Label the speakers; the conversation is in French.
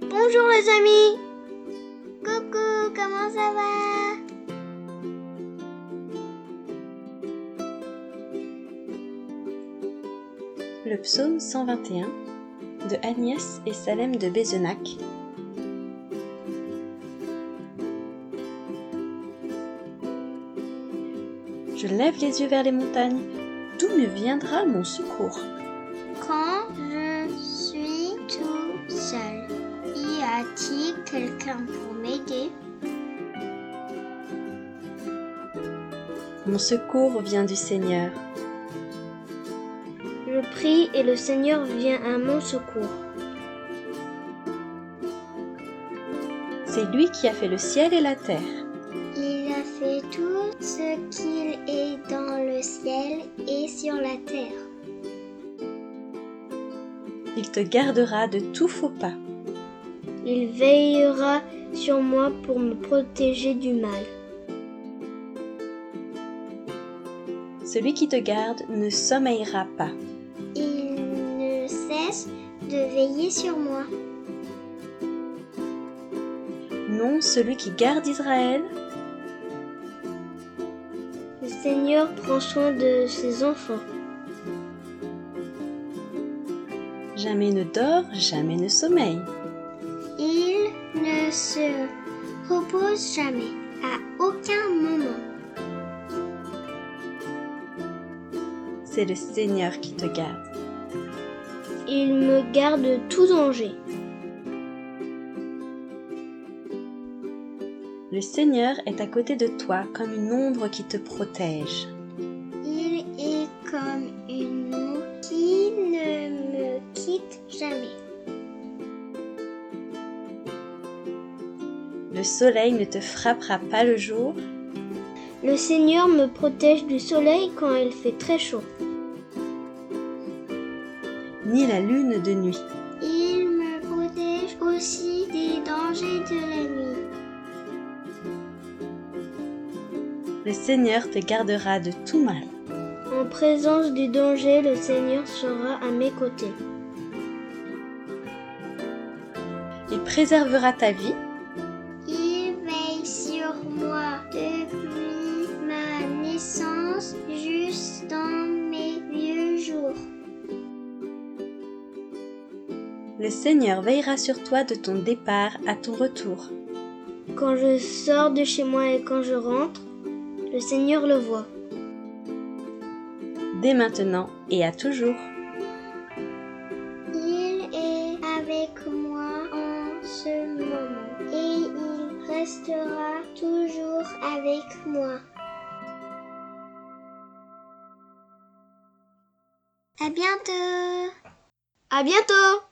Speaker 1: Bonjour les amis Coucou, comment ça va
Speaker 2: Le psaume 121 de Agnès et Salem de Bézenac. Je lève les yeux vers les montagnes. D'où me viendra mon secours
Speaker 1: Quand je suis tout seul, y a-t-il quelqu'un pour m'aider
Speaker 2: Mon secours vient du Seigneur.
Speaker 1: Je prie et le Seigneur vient à mon secours.
Speaker 2: C'est lui qui a fait le ciel et la terre.
Speaker 1: Il a fait tout ce qu'il est dans le ciel et sur la terre.
Speaker 2: Il te gardera de tout faux pas.
Speaker 1: Il veillera sur moi pour me protéger du mal.
Speaker 2: Celui qui te garde ne sommeillera pas.
Speaker 1: Il ne cesse de veiller sur moi.
Speaker 2: Non, celui qui garde Israël,
Speaker 1: Le Seigneur prend soin de ses enfants.
Speaker 2: jamais ne dort, jamais ne sommeille.
Speaker 1: Il ne se repose jamais, à aucun moment.
Speaker 2: C'est le Seigneur qui te garde.
Speaker 1: Il me garde de tout danger.
Speaker 2: Le Seigneur est à côté de toi comme une ombre qui te protège.
Speaker 1: Il est comme une eau qui ne me quitte jamais.
Speaker 2: Le soleil ne te frappera pas le jour,
Speaker 1: Le Seigneur me protège du soleil quand il fait très chaud.
Speaker 2: ni la lune de nuit.
Speaker 1: Il me protège aussi des dangers de la nuit.
Speaker 2: Le Seigneur te gardera de tout mal.
Speaker 1: En présence du danger, le Seigneur sera à mes côtés.
Speaker 2: Il préservera ta vie.
Speaker 1: Il veille sur moi depuis ma naissance juste dans mes vieux jours.
Speaker 2: Le Seigneur veillera sur toi de ton départ à ton retour.
Speaker 1: Quand je sors de chez moi et quand je rentre, le Seigneur le voit.
Speaker 2: Dès maintenant et à toujours.
Speaker 1: Il est avec moi en ce moment et il restera toujours avec moi. À bientôt. À bientôt.